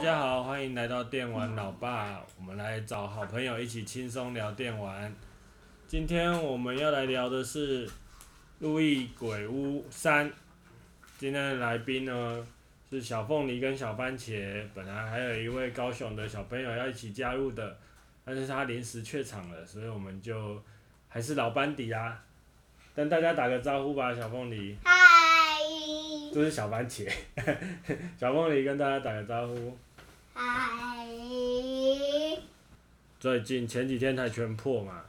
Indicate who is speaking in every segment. Speaker 1: 家好，欢迎来到电玩老爸，我们来找好朋友一起轻松聊电玩。今天我们要来聊的是《路易鬼屋三》。今天的来宾呢是小凤梨跟小番茄，本来还有一位高雄的小朋友要一起加入的，但是他临时怯场了，所以我们就还是老班底啊。跟大家打个招呼吧，小凤梨，
Speaker 2: 嗨，
Speaker 1: 这是小番茄， 小凤梨跟大家打个招呼。
Speaker 2: 嗨，
Speaker 1: 最近前几天才全破嘛。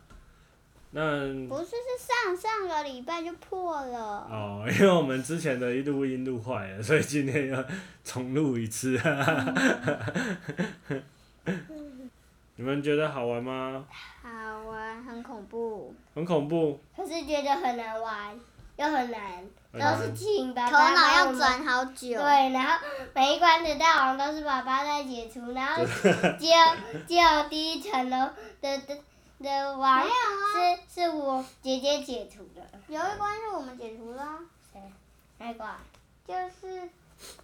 Speaker 1: 那
Speaker 2: 不是，是上上个礼拜就破了。
Speaker 1: 哦， 因为我们之前的录音录坏了，所以今天要重录一次。 你们觉得好玩吗？
Speaker 2: 好
Speaker 3: 啊
Speaker 2: 玩，很恐怖，
Speaker 1: 很恐怖，
Speaker 3: 可是觉得很难玩，又很难，
Speaker 1: 很
Speaker 3: 都
Speaker 1: 难
Speaker 3: 是请爸
Speaker 2: 头
Speaker 3: 爸
Speaker 2: 脑
Speaker 3: 帮我
Speaker 2: 要
Speaker 3: 们
Speaker 2: 转好久。
Speaker 3: 对，然后每一关的大王都是爸爸在解除，然后只有 只有第一层楼的的的王
Speaker 2: 没有啊
Speaker 3: 是是我姐姐解除的，
Speaker 2: 有一关是我们解除了啊，
Speaker 3: 那个啊
Speaker 2: 就是，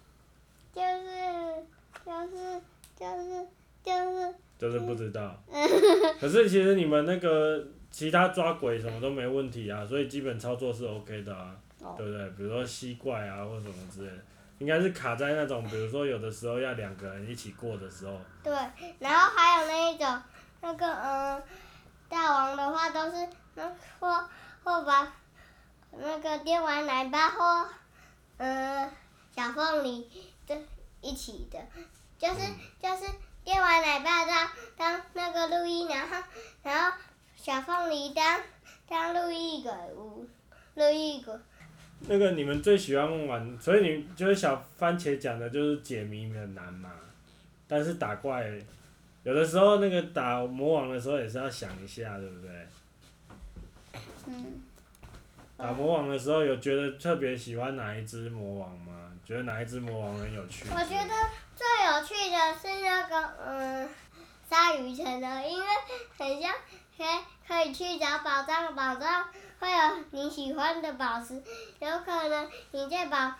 Speaker 2: 就是，就是，就是，就是，
Speaker 1: 就是不知道。可是其实你们那个其他抓鬼什么都没问题啊，所以基本操作是 OK 的啊，
Speaker 3: 哦
Speaker 1: 对不对？比如说吸怪啊或什么之类的，应该是卡在那种，比如说有的时候要两个人一起过的时候，
Speaker 3: 对，然后还有那一种那个嗯，大王的话都是那或或把那个电玩奶爸或嗯小凤梨这一起的，就是、就是电玩奶爸当当那个路易，然后然后小凤梨当当路易鬼屋，路易鬼
Speaker 1: 那个你们最喜欢玩，所以你就是小番茄讲的就是解谜很难嘛，但是打怪，有的时候那个打魔王的时候也是要想一下，对不对？
Speaker 2: 嗯，
Speaker 1: 打魔王的时候有觉得特别喜欢哪一只魔王吗？觉得哪一只魔王很有趣？
Speaker 3: 我觉得最有趣的是那个嗯，鲨鱼城的，因为很像可以可以去找宝藏，宝藏会有你喜欢的宝石，有可能你在宝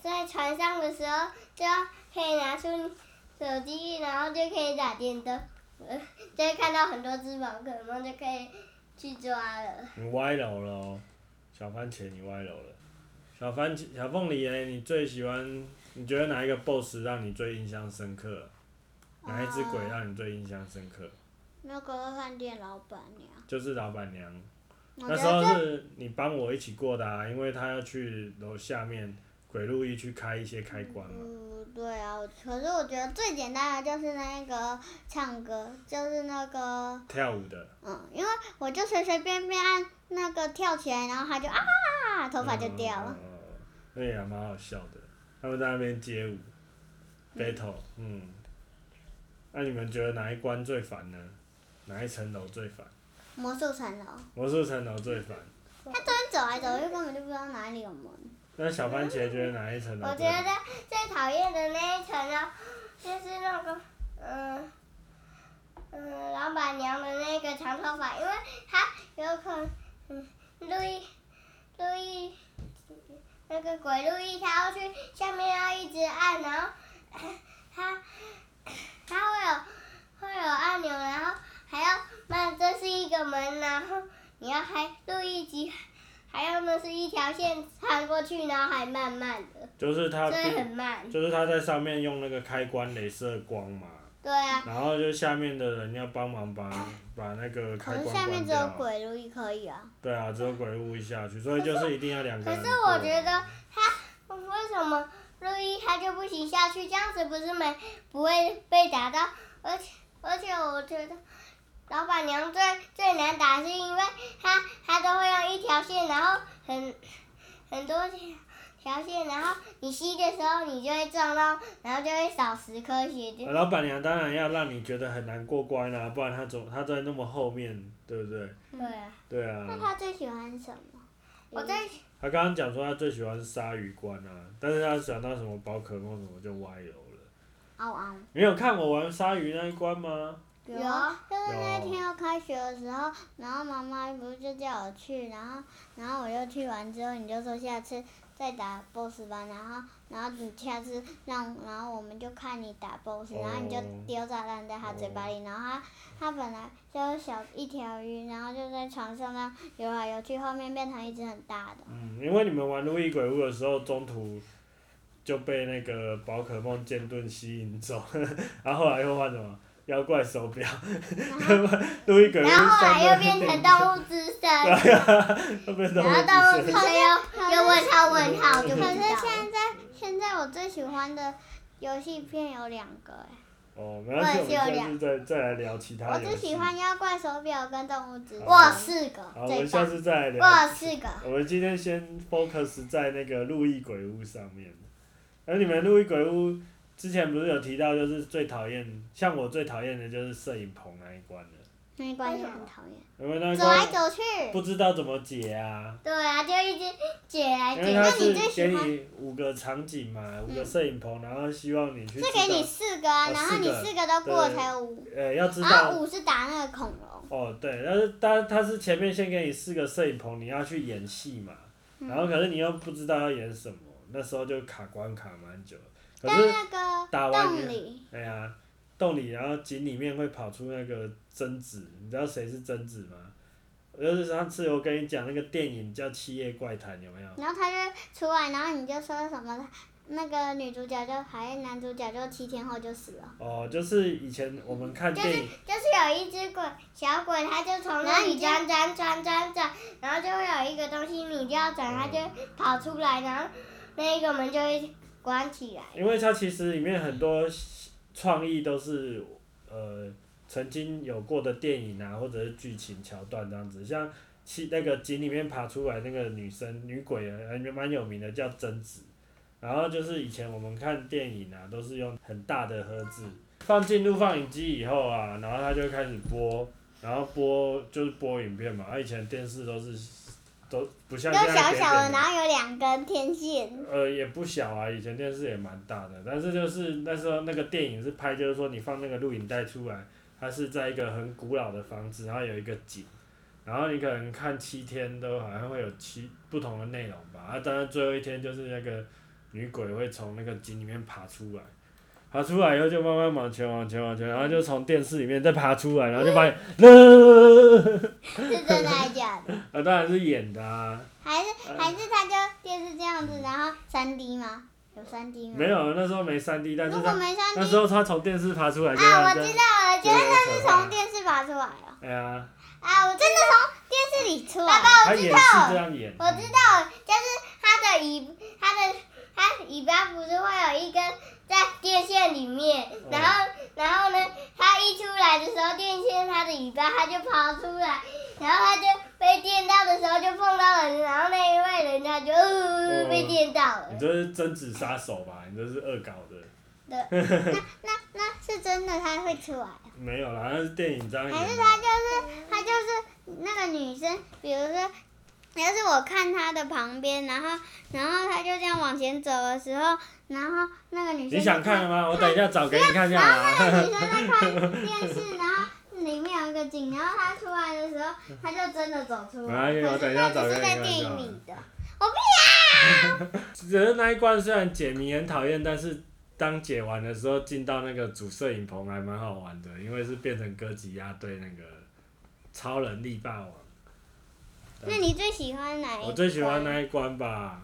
Speaker 3: 在船上的时候就要可以拿出你手机，然后就可以打电动，呃，就会看到很多只宝可梦，就可以去抓了。
Speaker 1: 你歪楼了哦，小番茄你歪楼了。小番茄小凤梨耶，你最喜欢？你觉得哪一个 BOSS 让你最印象深刻？哪一只鬼让你最印象深刻？
Speaker 2: 那个饭店老板娘，
Speaker 1: 就是老板娘。
Speaker 2: 我
Speaker 1: 那
Speaker 2: 觉
Speaker 1: 时候
Speaker 2: 得
Speaker 1: 是你帮我一起过的啊，因为他要去楼下面鬼路易去开一些开关嘛。
Speaker 2: 嗯，对啊，我可是我觉得最简单的就是那个唱歌，就是那个
Speaker 1: 跳舞的，
Speaker 2: 嗯，因为我就随随便便按那个跳起来，然后他就啊，头发就掉了
Speaker 1: 嗯。。嗯嗯嗯那也蛮好笑的，他们在那边街舞、battle，嗯。那你们觉得哪一关最烦呢？哪一层楼最烦？
Speaker 2: 魔术城楼，
Speaker 1: 魔术城楼最烦。
Speaker 2: 他突然走来走去，根本就不知道哪里有门。
Speaker 1: 那小番茄觉得哪一层楼
Speaker 3: 我觉
Speaker 1: 最烦？
Speaker 3: 得最讨厌的那一层呢，就是那个，嗯，嗯，老板娘的那个长头发，因为她有可能，嗯，路易，路易，那个鬼路易，他要去下面要一直按，然后，他，他会有，会有按钮，然后还要，那这是一个门，然后你要还路易及，还要那是一条线穿过去，然后还慢慢的。
Speaker 1: 就是他
Speaker 3: 真的很慢。
Speaker 1: 就是他在上面用那个开关镭射光嘛，
Speaker 3: 对啊，
Speaker 1: 然后就下面的人要帮忙把把那个
Speaker 2: 可
Speaker 1: 开
Speaker 2: 是
Speaker 1: 关
Speaker 2: 下
Speaker 1: 关
Speaker 2: 面只有
Speaker 1: 掉。
Speaker 2: 鬼路易可以啊。
Speaker 1: 对啊，只有鬼屋一下去，所以就是一定要两个
Speaker 3: 可
Speaker 1: 人
Speaker 3: 是
Speaker 1: 过。
Speaker 3: 我觉得他为什么路易他就不行下去？这样子不是没不会被打到，而且而且我觉得。老板娘最最难打是因为她她都会用一条线，然后很很多条条线，然后你吸的时候你就会撞到，然后就会少十颗血，就
Speaker 1: 呃老板娘当然要让你觉得很难过关啊，不然她走她在那么后面，对不对？
Speaker 3: 对啊。
Speaker 1: 对
Speaker 2: 那
Speaker 1: 啊，
Speaker 2: 他最喜欢什么？
Speaker 3: 我最
Speaker 1: 她刚刚讲说她最喜欢鲨鱼关啊，但是她想到什么宝可梦什么就歪楼了。
Speaker 2: 嗷嗷。
Speaker 1: 你有看我玩鲨鱼那一关吗？
Speaker 2: 有，
Speaker 3: 有啊
Speaker 2: 就是那
Speaker 1: 有
Speaker 2: 天要开学的时候，然后妈妈不是就叫我去，然后然后我就去完之后，你就说下次在打 BOSS 吧，然后然后你下次让，然后我们就看你打 BOSS，然后你就
Speaker 1: 哦
Speaker 2: 丢炸弹在他嘴巴里，然后他他本来就是小一条鱼，然后就在床上那样游来游去，后面变成一只很大的。
Speaker 1: 嗯，因为你们玩《路易鬼屋》的时候，中途就被那个宝可梦剑盾吸引走，然后后来又换什么妖怪手表， 路易鬼屋
Speaker 3: 啊然后后
Speaker 1: 上
Speaker 3: 来又
Speaker 1: 面
Speaker 3: 变成动物之森，然
Speaker 1: 对啊，又变成
Speaker 3: 后动物之森
Speaker 2: 啊
Speaker 3: 又 又问号问号就不知
Speaker 2: 可是
Speaker 3: 道了。
Speaker 2: 现在现在我最喜欢的游戏片有两个哎、
Speaker 1: 哦，没关系，我
Speaker 3: 我也是有
Speaker 1: 们下次
Speaker 3: 两
Speaker 1: 再再来聊其他
Speaker 2: 我
Speaker 1: 游
Speaker 2: 只
Speaker 1: 戏
Speaker 2: 喜欢妖怪手表跟动物之
Speaker 1: 哇
Speaker 3: 我
Speaker 2: 森
Speaker 3: 四个，
Speaker 1: 好，我
Speaker 2: 最
Speaker 1: 们
Speaker 2: 棒
Speaker 1: 下次再来聊。
Speaker 3: 我四个，
Speaker 1: 我们今天先 focus 在那个《路易鬼屋》上面。而你们《路易鬼屋》之前不是有提到，就是最讨厌，像我最讨厌的就是摄影棚那一关了，
Speaker 2: 那一关
Speaker 3: 为
Speaker 2: 也
Speaker 3: 什么
Speaker 2: 很讨厌，
Speaker 1: 因为那一
Speaker 2: 走来
Speaker 1: 关
Speaker 2: 走去。
Speaker 1: 不知道怎么解啊。
Speaker 3: 对啊，就一直解来
Speaker 1: 因为
Speaker 3: 解
Speaker 1: 它
Speaker 3: 去。
Speaker 1: 是
Speaker 2: 那你最喜
Speaker 1: 给
Speaker 2: 欢嗯
Speaker 1: 你五个场景嘛，五个摄影棚，然后希望你去知
Speaker 2: 是给你
Speaker 1: 道，
Speaker 2: 四个啊，
Speaker 1: 哦
Speaker 2: 然后你
Speaker 1: 四个
Speaker 2: 四个都过
Speaker 1: 对
Speaker 2: 才有五，
Speaker 1: 呃，要知
Speaker 2: 然后
Speaker 1: 道
Speaker 2: 啊五是打那个恐龙，
Speaker 1: 哦，对，但是但它是前面先给你四个摄影棚，你要去演戏嘛，然后可是你又不知道要演什么，那时候就卡关卡蛮久，可
Speaker 2: 但
Speaker 1: 是。
Speaker 2: 那个
Speaker 1: 打完
Speaker 2: 洞
Speaker 1: 你
Speaker 2: 里
Speaker 1: 哎呀，洞里然后井里面会跑出那个贞子，你知道谁是贞子吗？我就是上次我跟你讲那个电影叫《七夜怪谈》，有没有？
Speaker 2: 然后他就出来，然后你就说什么，那个女主角就还是男主角就七天后就死了，
Speaker 1: 哦，就是以前我们看
Speaker 3: 就是
Speaker 1: 电影，
Speaker 3: 就是有一只鬼小鬼，它就从那里
Speaker 2: 然后
Speaker 3: 钻钻钻钻钻，然后就会有一个东西，你就要转，它就跑出来，然后那个门就会关起来。
Speaker 1: 因为它其实里面很多创意都是呃曾经有过的电影啊，或者是剧情桥段这样子，像七那个井里面爬出来那个女生女鬼啊，还蛮有名的，叫贞子。然后就是以前我们看电影啊，都是用很大的盒子放进录放影机以后啊，然后它就开始播，然后播就是播影片嘛。啊、以前电视都是都不像
Speaker 2: 都
Speaker 1: 现在啊
Speaker 2: 小
Speaker 1: 扁
Speaker 2: 小的，
Speaker 1: 扁
Speaker 2: 然后有两根天线，
Speaker 1: 呃，也不小啊，以前电视也蛮大的，但是就是那时候那个电影是拍，就是说你放那个录影带出来，它是在一个很古老的房子，然后有一个井，然后你可能看七天都好像会有七不同的内容吧，啊，当然最后一天就是那个女鬼会从那个井里面爬出来，爬出来以后就慢慢往前往前往前，然后就从电视里面再爬出来，然后就发现，
Speaker 2: 是真的还是假的？
Speaker 1: 啊，当然是演的啊。
Speaker 2: 还 是还是他就电视这样子，然后三 D 吗？有三 D 吗？
Speaker 1: 没有，那时候没三 D，但是
Speaker 2: 如果
Speaker 1: 他
Speaker 2: 没三 D
Speaker 1: 那时候他从电视爬出来就
Speaker 2: 啊，我
Speaker 1: 让
Speaker 2: 知
Speaker 1: 人家
Speaker 2: 道了，就是他是
Speaker 1: 觉得很可怕
Speaker 2: 从电视爬出来哦。
Speaker 1: 哎呀，
Speaker 2: 啊，我真的从电视里出来。爸爸，
Speaker 1: 他也是这样演。
Speaker 3: 我知道，就是它的尾，它的它尾巴不是会有一根在电线里面，
Speaker 1: 嗯
Speaker 3: 然后然后呢，它一出来的时候，电线它的尾巴它就跑出来，然后它就被电到的时候就碰到人，然后那一位人他就、呃
Speaker 1: 嗯
Speaker 3: 被电到了
Speaker 1: 你。这是贞子杀手吧？你这是恶搞的。
Speaker 2: 那那是真的，他会出来。
Speaker 1: 没有啦，那是电影这样演啊
Speaker 2: 还是
Speaker 1: 的。
Speaker 2: 他就是他就是那个女生，比如说，要是我看她的旁边，然后然后她就这样往前走的时候，然后那个女生
Speaker 1: 你想看了吗？我等一下找给你看一下
Speaker 2: 然后那个
Speaker 1: 啊。
Speaker 2: 女生在看电视，然后里面有一个景，然后她出来的时候，她就真的走出
Speaker 1: 没
Speaker 2: 来。
Speaker 1: 关系，我
Speaker 2: 可
Speaker 1: 哎等
Speaker 2: 是
Speaker 1: 一
Speaker 2: 那
Speaker 1: 下
Speaker 2: 不
Speaker 1: 找给
Speaker 2: 是
Speaker 1: 你
Speaker 2: 在
Speaker 1: 看
Speaker 2: 电
Speaker 1: 一下
Speaker 2: 影
Speaker 1: 啊。
Speaker 2: 里的，
Speaker 1: 只是那一关虽然解谜很讨厌，但是当解完的时候进到那个主摄影棚还蛮好玩的，因为是变成哥吉亚对那个超人力霸王。
Speaker 2: 那你最喜欢哪一个？
Speaker 1: 我最喜欢那一关吧，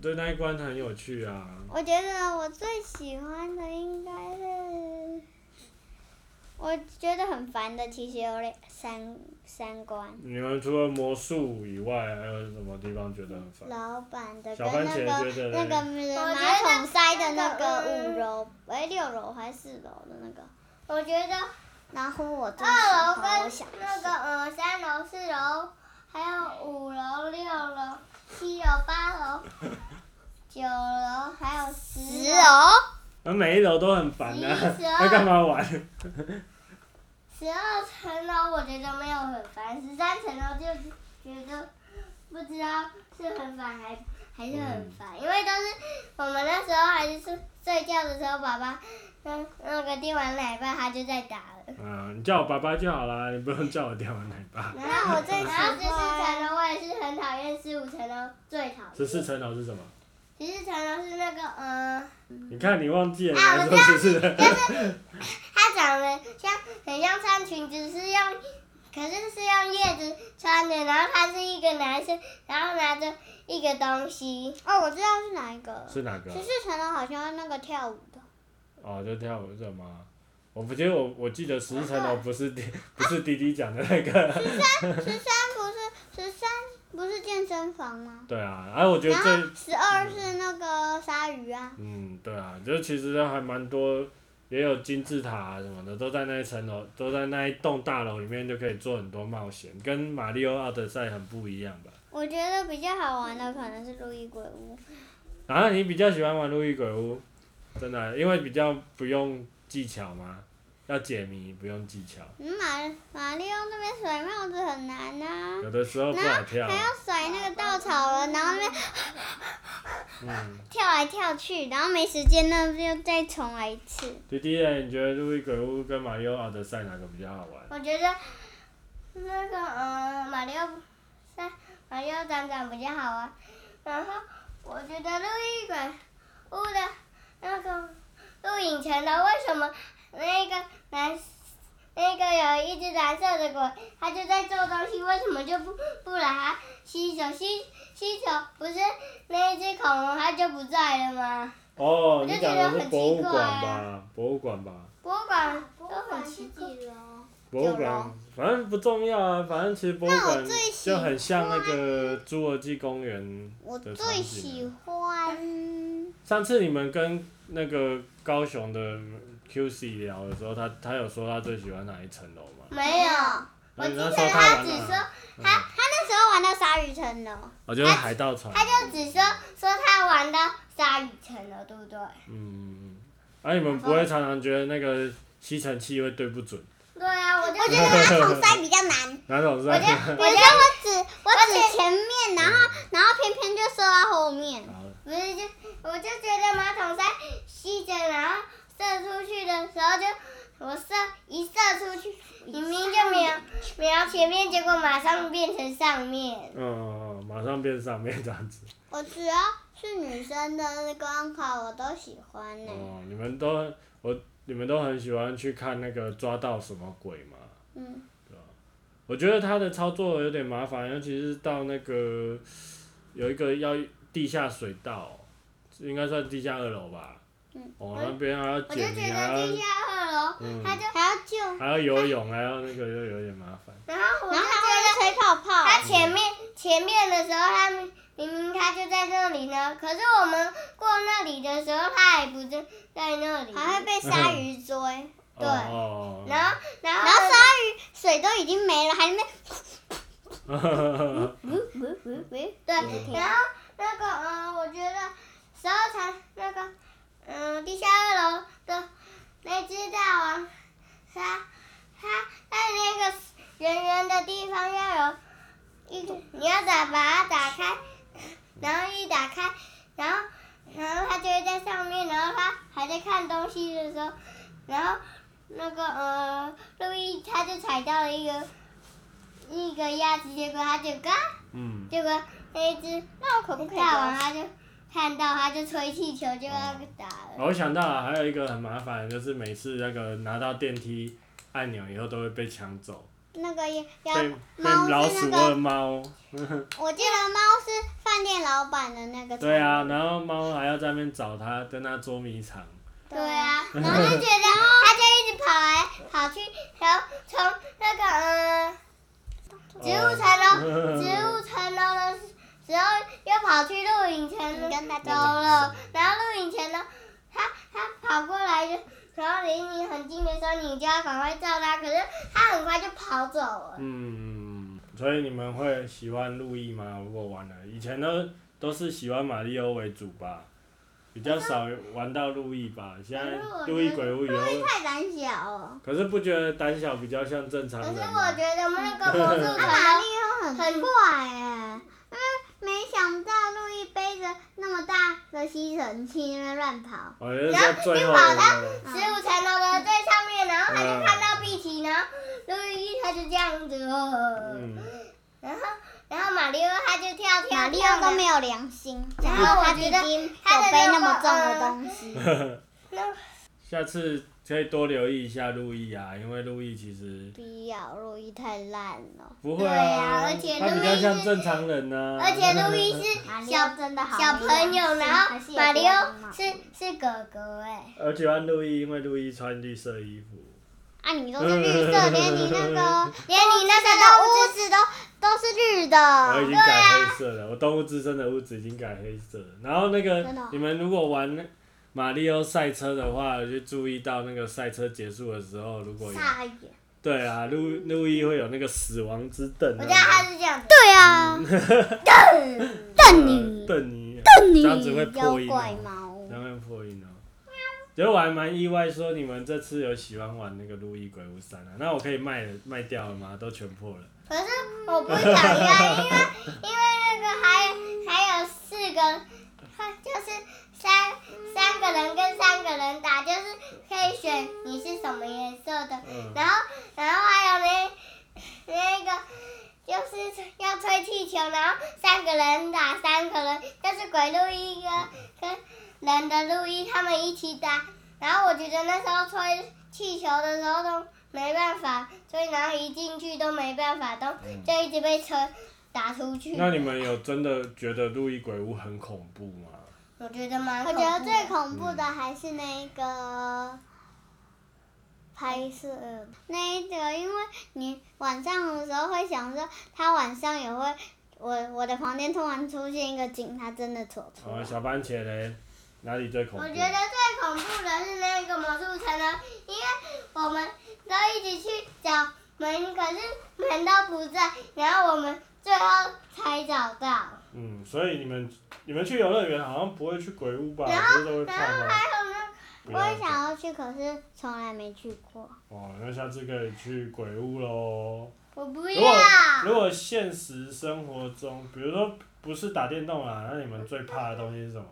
Speaker 1: 对那一关很有趣啊。
Speaker 2: 我觉得我最喜欢的应该是，我觉得很烦的，其实有两三三关，
Speaker 1: 你们除了魔术以外，还有什么地方觉得很烦？
Speaker 2: 老板的跟
Speaker 1: 小番
Speaker 2: 那
Speaker 1: 茄
Speaker 2: 个
Speaker 1: 觉得
Speaker 2: 那
Speaker 1: 嘞
Speaker 2: 个马桶塞的那个五楼，哎六楼还是四楼的那个，
Speaker 3: 我觉得
Speaker 2: 然后我最喜
Speaker 3: 二楼
Speaker 2: 欢，我
Speaker 3: 跟
Speaker 2: 想
Speaker 3: 那个呃三楼、四楼，还有五楼、六楼、七楼、八楼、九楼，还有
Speaker 2: 十
Speaker 3: 十楼。
Speaker 2: 楼，
Speaker 1: 那每一楼都很烦
Speaker 3: 十
Speaker 1: 啊
Speaker 3: 一，十二
Speaker 1: 那干嘛玩？
Speaker 3: 十二层楼我觉得没有很烦，十三层楼就觉得不知道是很烦还还是很烦，因为都是我们那时候还是睡睡觉的时候，爸爸那那个电玩奶爸他就在打了。
Speaker 1: 啊，你叫我爸爸就好啦，你不用叫我电玩奶爸。
Speaker 2: 那我最喜
Speaker 3: 然后十四层
Speaker 2: 欢
Speaker 3: 楼我也是很讨厌，十五层楼最讨厌。
Speaker 1: 十四层楼是什么？
Speaker 3: 骑士长龙是那个嗯，
Speaker 1: 你看你忘记了，
Speaker 3: 啊
Speaker 1: 你还说只是
Speaker 3: 他长得像很像穿裙子，是用可是是用叶子穿的，然后他是一个男生，然后拿着一个东西。
Speaker 2: 哦，我知道是哪一个了。
Speaker 1: 是哪个
Speaker 2: 骑？士成龙好像那个跳舞的，
Speaker 1: 哦，就跳舞的嘛。我不记得我我记得十一层楼不是滴 不是滴滴讲的那个，
Speaker 2: 十三不是十三不是健身房吗？
Speaker 1: 对啊，哎、我觉得
Speaker 2: 然
Speaker 1: 这
Speaker 2: 后十二是那个鲨鱼啊，
Speaker 1: 嗯对啊，就其实还蛮多，也有金字塔啊什么的，都在那一层楼，都在那一栋大楼里面就可以做很多冒险，跟马里奥奥德赛很不一样吧。
Speaker 2: 我觉得比较好玩的可能是路易鬼屋，
Speaker 1: 啊，你比较喜欢玩《路易鬼屋》，真的啊，因为比较不用技巧嘛，要解谜不用技巧，
Speaker 2: 嗯马马里奥那边甩帽子很难啊，
Speaker 1: 有的时候不好跳啊
Speaker 2: 还。要甩那个稻草人，然后那边
Speaker 1: 嗯，
Speaker 2: 跳来跳去，然后没时间，那就再重来一次。
Speaker 1: 弟弟耶，你觉得《路易鬼屋》跟《马里奥奥德赛》哪个比较好玩？
Speaker 3: 我觉得那个嗯，马里奥三马里奥站长比较好玩。然后我觉得录音馆屋的那个录影城的为什么那个男那个有一只蓝色的鬼，他就在做东西，为什么就不不来它吸走吸吸走？不是那一只恐龙它就不在了吗？
Speaker 1: 哦，
Speaker 3: 我就
Speaker 1: 你
Speaker 3: 觉
Speaker 1: 讲
Speaker 3: 得
Speaker 1: 的
Speaker 3: 很
Speaker 1: 是博物
Speaker 3: 奇怪
Speaker 1: 馆吧
Speaker 3: 啊？
Speaker 1: 博物馆吧？
Speaker 3: 博物馆
Speaker 4: 博物
Speaker 3: 都很
Speaker 4: 馆
Speaker 3: 奇
Speaker 4: 是
Speaker 3: 怪。
Speaker 4: 几楼？
Speaker 1: 博物
Speaker 2: 有
Speaker 1: 馆
Speaker 2: 咯，
Speaker 1: 反正不重要啊，反正其实博物
Speaker 2: 那我
Speaker 1: 馆
Speaker 2: 最喜
Speaker 1: 就很像那个侏罗纪公园。
Speaker 2: 我
Speaker 1: 的
Speaker 2: 最
Speaker 1: 场
Speaker 2: 喜
Speaker 1: 景啊
Speaker 2: 欢
Speaker 1: 上次你们跟那个高雄的 QC 聊的时候，他他有说他最喜欢哪一层楼吗？
Speaker 3: 没有，我
Speaker 1: 那
Speaker 3: 记
Speaker 1: 你那
Speaker 3: 得
Speaker 1: 时候他
Speaker 3: 他
Speaker 1: 玩
Speaker 3: 只
Speaker 1: 了
Speaker 3: 说
Speaker 1: 吗，
Speaker 3: 他
Speaker 2: 他那时候玩到鲨鱼城 了，
Speaker 1: 我觉得哦海盗船。
Speaker 3: 他就只说说他玩到鲨鱼城了，对不对？
Speaker 1: 嗯，而、啊、你们不会常常觉得那个吸尘器会对不准，
Speaker 3: 对啊，我就
Speaker 2: 我觉得拿桶塞比较难。
Speaker 1: 哪种是？
Speaker 3: 我觉得
Speaker 2: 比
Speaker 3: 我
Speaker 2: 如
Speaker 3: 觉
Speaker 2: 说
Speaker 3: 得
Speaker 2: 我指我指前面，然后然后偏偏就射到后面。
Speaker 1: 然后
Speaker 3: 不是就我就觉得马桶塞吸着，然后射出去的时候就我射一射出去，明明就瞄瞄前面，结果马上变成上面。
Speaker 1: 嗯，马上变上面这样子。
Speaker 2: 我只要是女生的关卡我都喜欢呢、
Speaker 1: 哦、你们都我你们都很喜欢去看那个抓到什么鬼嘛？啊
Speaker 2: 嗯，
Speaker 1: 我觉得它的操作有点麻烦，尤其是到那个有一个要地下水道，应该算地下二楼吧。
Speaker 2: 嗯
Speaker 1: 哦，那边还要
Speaker 3: 我就
Speaker 1: 解
Speaker 3: 觉
Speaker 1: 谜，
Speaker 3: 得
Speaker 1: 还
Speaker 3: 地
Speaker 1: 要
Speaker 3: 下二楼，
Speaker 1: 嗯，
Speaker 3: 他就
Speaker 2: 还要救，然后
Speaker 1: 还要游泳，还要那个就有点麻 烦。
Speaker 3: 然后我就
Speaker 2: 还
Speaker 3: 觉得。
Speaker 2: 会吹 泡泡。
Speaker 3: 他前面前面的时候，他明明明他就在那里呢，可是我们过那里的时候，他还不在在那里。
Speaker 2: 还会被鲨鱼 追，然
Speaker 1: 哦哦哦
Speaker 3: 然后然后
Speaker 2: 后鲨鱼水都已经没了，还在那边
Speaker 3: 嗯
Speaker 1: 嗯
Speaker 3: 对，然后那个嗯、呃我觉得十二层那个嗯、呃地下二楼的那只大王，它它在那个圆圆的地方要有一个，你要打把它打开，然后一打开，然后然后它就会在上面，然后它还在看东西的时候，然后那个呃路易他就踩到了一个一个鸭子，结果他就嘎。
Speaker 1: 嗯，
Speaker 3: 结果那一只
Speaker 2: 那我可不可以
Speaker 3: 大王他就看到，他就吹气球就要给打了。
Speaker 1: 哦我想到了，还有一个很麻烦的，就是每次那个拿到电梯按钮以后都会被抢走，
Speaker 2: 那个要
Speaker 1: 被被
Speaker 2: 猫
Speaker 1: 老
Speaker 2: 是
Speaker 1: 鼠
Speaker 2: 那
Speaker 1: 或
Speaker 2: 个，
Speaker 1: 猫，
Speaker 2: 我记得猫是饭店老板的那个。
Speaker 1: 对啊，。然后猫还要在那边找它，跟它捉迷 藏。哦
Speaker 3: 对啊，然后就觉得他就一直跑来跑去，然后从那个嗯植物 层
Speaker 1: 嗯
Speaker 3: 楼，植物层楼的时候又跑去露营层楼
Speaker 2: 跟大
Speaker 3: 走了，然后露营层楼，他他跑过来就。然后离你很近的时候，你就要赶快照他，可是他很快就跑走了。
Speaker 1: 嗯，所以你们会喜欢路易吗？如果玩了，以前都都是喜欢马里奥为主吧，比较少玩到路易吧。现在路易鬼屋以后，
Speaker 2: 太胆小了，
Speaker 1: 可是不觉得胆小比较像正常
Speaker 3: 可
Speaker 1: 人啊
Speaker 3: 是
Speaker 1: 吗？
Speaker 3: 我觉得那个魔术
Speaker 2: 他
Speaker 3: 城
Speaker 2: 马
Speaker 3: 楼
Speaker 2: 力又很
Speaker 3: 很
Speaker 2: 快哎，嗯，没想到路易背着那么大的吸尘器在那边乱跑，
Speaker 1: 我觉得在最后
Speaker 3: 然后
Speaker 1: 的
Speaker 3: 你跑十五层楼的最上面，然后他就看到碧琪，然后路易他就这样子，哦，
Speaker 1: 嗯，
Speaker 3: 然后然后马里奥他就跳跳
Speaker 2: 马里
Speaker 3: 跳
Speaker 2: 奥
Speaker 3: 的
Speaker 2: 都没有良心，然
Speaker 3: 然后
Speaker 2: 后
Speaker 3: 我
Speaker 2: 他
Speaker 3: 觉
Speaker 2: 弟弟
Speaker 3: 得他的
Speaker 2: 有背
Speaker 3: 那
Speaker 2: 那么
Speaker 3: 个
Speaker 2: 重的
Speaker 3: 呃
Speaker 2: 东西，
Speaker 3: 那
Speaker 1: 下次可以多留意一下路易啊，因为路易其实
Speaker 2: 不要，路易太烂了。
Speaker 1: 不会
Speaker 3: 对啊而且
Speaker 1: 他比
Speaker 3: 路
Speaker 1: 较
Speaker 3: 易
Speaker 1: 像
Speaker 3: 是
Speaker 1: 正常人啊呐、
Speaker 3: 而且路易是小
Speaker 2: 真的好
Speaker 3: 小朋友，然后马里奥是
Speaker 2: 是
Speaker 3: 是哥哥哎、
Speaker 1: 而且欢路易，因为路易穿绿色衣服。
Speaker 2: 啊，你都是绿色，连你那 个
Speaker 3: 连你那
Speaker 2: 那个
Speaker 3: 个
Speaker 2: 屋子都都是绿
Speaker 3: 哦哎
Speaker 1: 我已
Speaker 2: 的。
Speaker 1: 经改黑色了，我动物之森的屋子已经改黑色了。然后那个、
Speaker 2: 真的哦
Speaker 1: 你们如果玩马里奥赛车的话，就注意到那个赛车结束的时候，如果有
Speaker 2: 大眼。
Speaker 1: 对啊，路路易会有那个死亡之瞪
Speaker 3: 我
Speaker 1: 啊，
Speaker 3: 知道他是这样子，
Speaker 2: 对啊，
Speaker 3: 嗯噔
Speaker 2: 瞪
Speaker 1: 呃
Speaker 2: 你，
Speaker 1: 瞪你，
Speaker 2: 瞪你，
Speaker 1: 这样子会破音
Speaker 2: 妖怪
Speaker 1: 哦，
Speaker 2: 猫。
Speaker 1: 这样会破音哦。其实我还蛮意外，说你们这次有喜欢玩那个路易鬼屋三啊，那我可以卖了卖掉了吗？都全破了。
Speaker 3: 可是我不想要，因为因为那个还有还有四个，就是三三个人跟三个人打，就是可以选你是什么颜色的，
Speaker 1: 嗯，
Speaker 3: 然后然后还有那那个就是要吹气球，然后三个人打三个人，就是鬼路易跟跟人的路易他们一起打，然后我觉得那时候吹气球的时候都没办法吹，然后一进去都没办法，都
Speaker 1: 嗯
Speaker 3: 就一直被车打出去。
Speaker 1: 那你们有真的觉得路易鬼屋很恐怖吗？
Speaker 3: 我觉得蛮
Speaker 2: 我
Speaker 3: 恐怖
Speaker 2: 觉得
Speaker 3: 的，
Speaker 2: 最恐怖的还是那个拍摄那一个，因为你晚上的时候会想着他晚上也会，我我的房间突然出现一个警察，真的走出
Speaker 1: 呃，
Speaker 2: 来。
Speaker 1: 小番茄嘞，哪里最恐
Speaker 3: 我
Speaker 1: 怖？
Speaker 3: 觉得最恐怖的是那个魔术城了，因为我们都一起去找门，可是门都不在，然后我们最后才找到。
Speaker 1: 嗯，所以你们你们去游乐园好像不会去鬼屋吧？
Speaker 3: 然
Speaker 1: 不
Speaker 3: 后
Speaker 1: 是都会
Speaker 3: 然
Speaker 1: 怕
Speaker 3: 后
Speaker 1: 吗？
Speaker 3: 还有那
Speaker 1: 不
Speaker 2: 我也
Speaker 1: 要
Speaker 2: 想要去，可是从来没去过。
Speaker 1: 哦，那下次可以去鬼屋喽。
Speaker 3: 我
Speaker 1: 如
Speaker 3: 不
Speaker 1: 果
Speaker 3: 要，
Speaker 1: 如果现实生活中，比如说不是打电动啦，那你们最怕的东西是什么？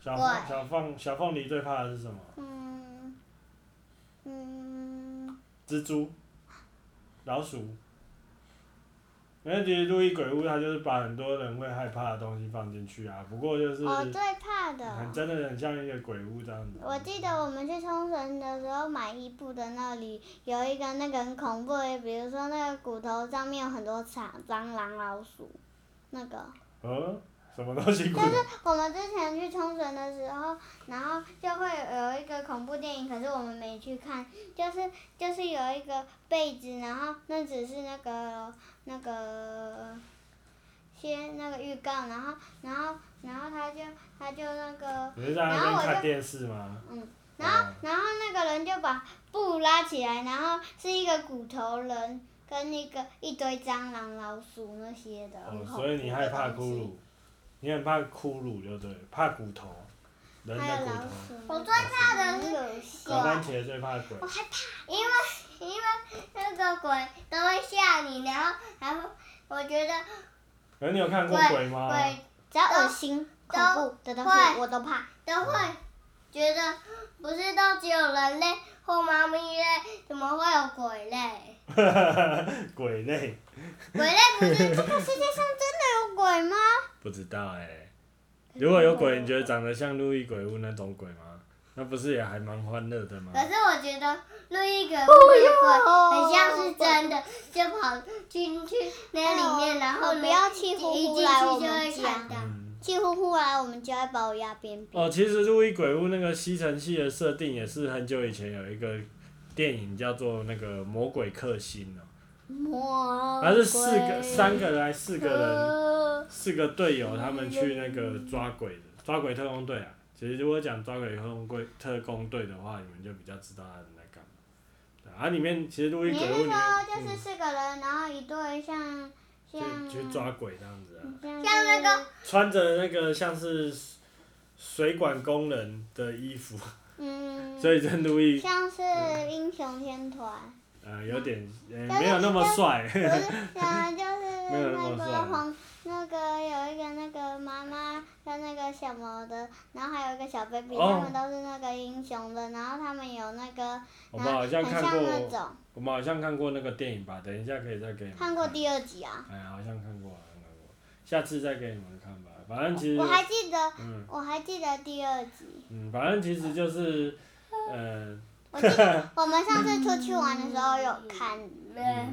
Speaker 1: 小
Speaker 3: 我
Speaker 1: 小凤小凤梨最怕的是什么？
Speaker 2: 嗯嗯，
Speaker 1: 蜘蛛、老鼠。因为其实《路易鬼屋》它就是把很多人会害怕的东西放进去啊，不过就是
Speaker 2: 我最怕哦的。
Speaker 1: 很
Speaker 3: 嗯
Speaker 1: 真的很像一个鬼屋这样子。
Speaker 2: 我记得我们去冲绳的时候买衣布的那里有一个那个很恐怖的，比如说那个骨头上面有很多蟑蟑螂、老鼠，那个。
Speaker 1: 呃，什么东西鬼
Speaker 2: 但？是我们之前去冲绳的时候，然后就会有一个恐怖电影，可是我们没去看，就是就是有一个被子，然后那只是那个那个先那个预告，然后然后然后他就他就那个。
Speaker 1: 你是在那边看电视吗？
Speaker 2: 嗯
Speaker 1: 哦
Speaker 2: 然后，然后那个人就把布拉起来，然后是一个骨头人跟一个一堆蟑螂、老鼠那些的。
Speaker 1: 哦
Speaker 2: 很，恐
Speaker 1: 所以你
Speaker 2: 怖
Speaker 1: 害
Speaker 2: 的
Speaker 1: 怕
Speaker 2: 东
Speaker 1: 骷
Speaker 2: 西
Speaker 1: 髅，你很怕骷髅，对不对？怕骨头，人
Speaker 2: 还
Speaker 1: 的
Speaker 2: 有
Speaker 1: 骨
Speaker 2: 老
Speaker 1: 头。
Speaker 2: 鼠。
Speaker 3: 我最怕的是
Speaker 2: 很恶心
Speaker 1: 小番茄最怕鬼，
Speaker 3: 因为因为那个鬼都会吓你，然后然后我觉得
Speaker 1: 可是哎你有看过鬼吗？
Speaker 3: 鬼
Speaker 2: 只要恶心、
Speaker 3: 都
Speaker 2: 恐怖的东西
Speaker 3: 会
Speaker 2: 我都怕。
Speaker 3: 都会觉得不是都只有人类或猫咪类，怎么会有鬼 类？
Speaker 1: 鬼类
Speaker 3: 鬼类不是
Speaker 2: 这世界上真的有鬼吗？
Speaker 1: 不知道哎、如果有鬼，你觉得长得像《路易鬼屋》那种鬼吗？那不是也还蛮欢乐的吗
Speaker 3: 可？是我觉得路易鬼屋的鬼很像是真的，就跑进去那里面，然后
Speaker 2: 我
Speaker 3: 呢
Speaker 2: 哦不要气呼
Speaker 3: 一
Speaker 2: 呼
Speaker 3: 进
Speaker 2: 来我
Speaker 3: 去就
Speaker 2: 们
Speaker 3: 会看到
Speaker 2: 家，。
Speaker 1: 嗯。
Speaker 2: 气呼呼来我们家把我压扁扁。
Speaker 1: 哦，其实《路易鬼屋》那个吸尘器的设定也是很久以前有一个电影叫做那个《魔鬼克星》哦，
Speaker 2: 魔
Speaker 1: 它是四个、
Speaker 2: 鬼
Speaker 1: 三个人还是四个
Speaker 3: 哦
Speaker 1: 人
Speaker 2: 呃
Speaker 1: 四个队友他们去那个抓鬼的抓鬼特工队啊。其实如果讲抓鬼特工队特工队的话，你们就比较知道他们在干嘛。对啊，里面其实路易
Speaker 2: 你
Speaker 1: 鬼屋
Speaker 2: 是
Speaker 1: 里面
Speaker 2: 说啊就是四个人，然后一对像
Speaker 1: 嗯
Speaker 2: 像嗯
Speaker 1: 去去抓鬼这样子啊，
Speaker 3: 像那个
Speaker 1: 穿着那个像是水管工人的衣服，
Speaker 2: 嗯，
Speaker 1: 所以这路易
Speaker 2: 像是英雄天团，
Speaker 1: 呃有点呃
Speaker 2: 但是
Speaker 1: 没有那么帅，
Speaker 2: 不是，呃，就是
Speaker 1: 没有那
Speaker 2: 那
Speaker 1: 么
Speaker 2: 个
Speaker 1: 帅
Speaker 2: 黄那个有一个那个妈妈跟那个小毛的，然后还有一个小 baby，、
Speaker 1: 哦
Speaker 2: 他们都是那个英雄的，然后他们有那个，
Speaker 1: 我们
Speaker 2: 然后
Speaker 1: 好
Speaker 2: 很
Speaker 1: 像
Speaker 2: 像
Speaker 1: 看
Speaker 2: 那
Speaker 1: 过，
Speaker 2: 种
Speaker 1: 我们好像看过那个电影吧？等一下可以再给你们
Speaker 2: 看过第二集啊，
Speaker 1: 哎，好像看过，好像看过，下次再给你们看吧。反正其实
Speaker 2: 我，还记得，
Speaker 1: 嗯
Speaker 2: 我还记得第二集。
Speaker 1: 嗯，反正其实就是，呃，
Speaker 2: 我记得我们上次出去玩的时候有看，在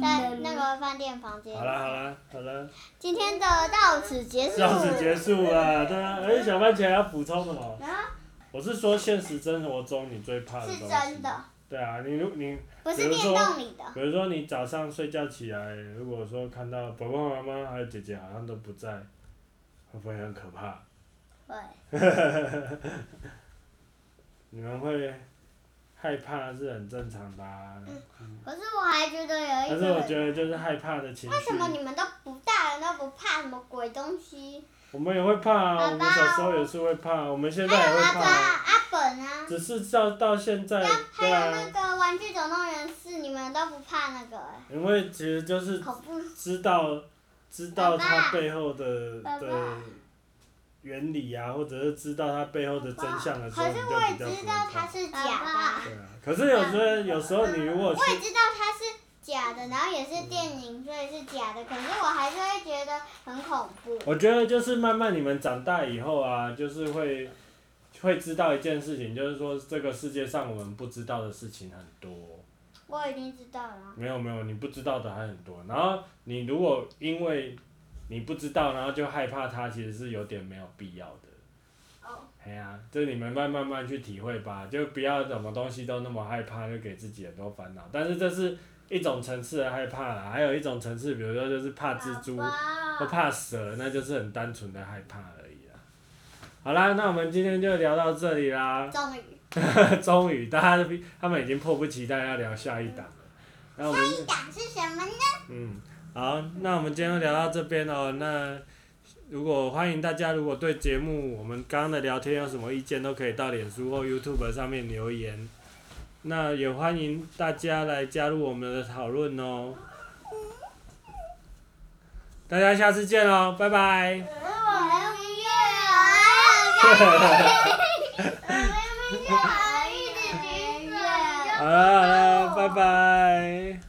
Speaker 3: 在
Speaker 2: 那个饭店房间。
Speaker 1: 好啦好啦好啦，
Speaker 2: 今天的到此结束。
Speaker 1: 到此结束了。对啊，哎，小番茄还要补充什么？
Speaker 2: 然后
Speaker 1: 我是说现实生活中你最怕的东
Speaker 2: 啊是
Speaker 1: 西。
Speaker 2: 真的，
Speaker 1: 对啊，你如你
Speaker 2: 不是电动里的。
Speaker 1: 比如说你早上睡觉起来，如果说看到爸爸妈妈还有姐姐好像都不在，会不会很可怕？
Speaker 3: 会
Speaker 1: 你们会害怕是很正常的、啊，
Speaker 2: 嗯可是我还觉得有
Speaker 1: 但是
Speaker 2: 一个
Speaker 1: 我
Speaker 2: 人，
Speaker 1: 觉得就是害怕的情绪。
Speaker 2: 为什么你们都不大人都不怕什么鬼东 西？
Speaker 1: 我们也会怕啊，
Speaker 2: 爸爸
Speaker 1: 我们小时候也是会怕，我们现在
Speaker 2: 还
Speaker 1: 也
Speaker 2: 有
Speaker 1: 会
Speaker 2: 阿巴
Speaker 1: 怕，
Speaker 2: 阿本啊，
Speaker 1: 只是到到现在，
Speaker 2: 还
Speaker 1: 对
Speaker 2: 有那
Speaker 1: 啊，
Speaker 2: 个《玩具总动员四》，你们都不怕那个、欸，
Speaker 1: 因为其实就是
Speaker 2: 恐怖。
Speaker 1: 知道知道
Speaker 2: 爸爸
Speaker 1: 它背后的
Speaker 3: 爸爸
Speaker 1: 的原理啊，或者是知道它背后的真相的时候，
Speaker 2: 可
Speaker 1: 你
Speaker 2: 是
Speaker 1: 就
Speaker 2: 我也
Speaker 1: 比较
Speaker 2: 知
Speaker 1: 不
Speaker 2: 道
Speaker 1: 会
Speaker 2: 它
Speaker 1: 怕。
Speaker 2: 是假
Speaker 3: 爸
Speaker 2: 的，
Speaker 1: 对啊，可是有时候有时候你如果
Speaker 2: 我也
Speaker 1: 去，
Speaker 2: 知道它是假的，然后也是电影，所以是假的。可是我还是会觉得很恐怖。
Speaker 1: 我觉得就是慢慢你们长大以后啊，就是会会知道一件事情，就是说这个世界上我们不知道的事情很多。
Speaker 2: 我已经知道了，
Speaker 1: 没有没有，你不知道的还很多。然后你如果因为你不知道，然后就害怕它，其实是有点没有必要的。
Speaker 3: 哦，
Speaker 1: 哎呀、这你们慢慢慢去体会吧，就不要什么东西都那么害怕，就给自己很多烦恼。但是这是一种层次的害怕啦，还有一种层次，比如说就是怕蜘蛛
Speaker 2: 啊
Speaker 1: 或怕蛇，那就是很单纯的害怕而已啦。好啦，那我们今天就聊到这里啦。
Speaker 2: 终于。
Speaker 1: 终于，大家他们已经迫不及待要聊下一档了。那我们
Speaker 2: 一档是什么呢？
Speaker 1: 嗯，好，那我们今天就聊到这边哦。那如果欢迎大家，如果对节目我们刚刚的聊天有什么意见，都可以到脸书或 YouTube 上面留言。那也欢迎大家来加入我们的讨论哦。大家下次见哦，拜拜。
Speaker 2: 我们月儿，我们月儿一直举手。
Speaker 1: 啊好了好了，拜拜。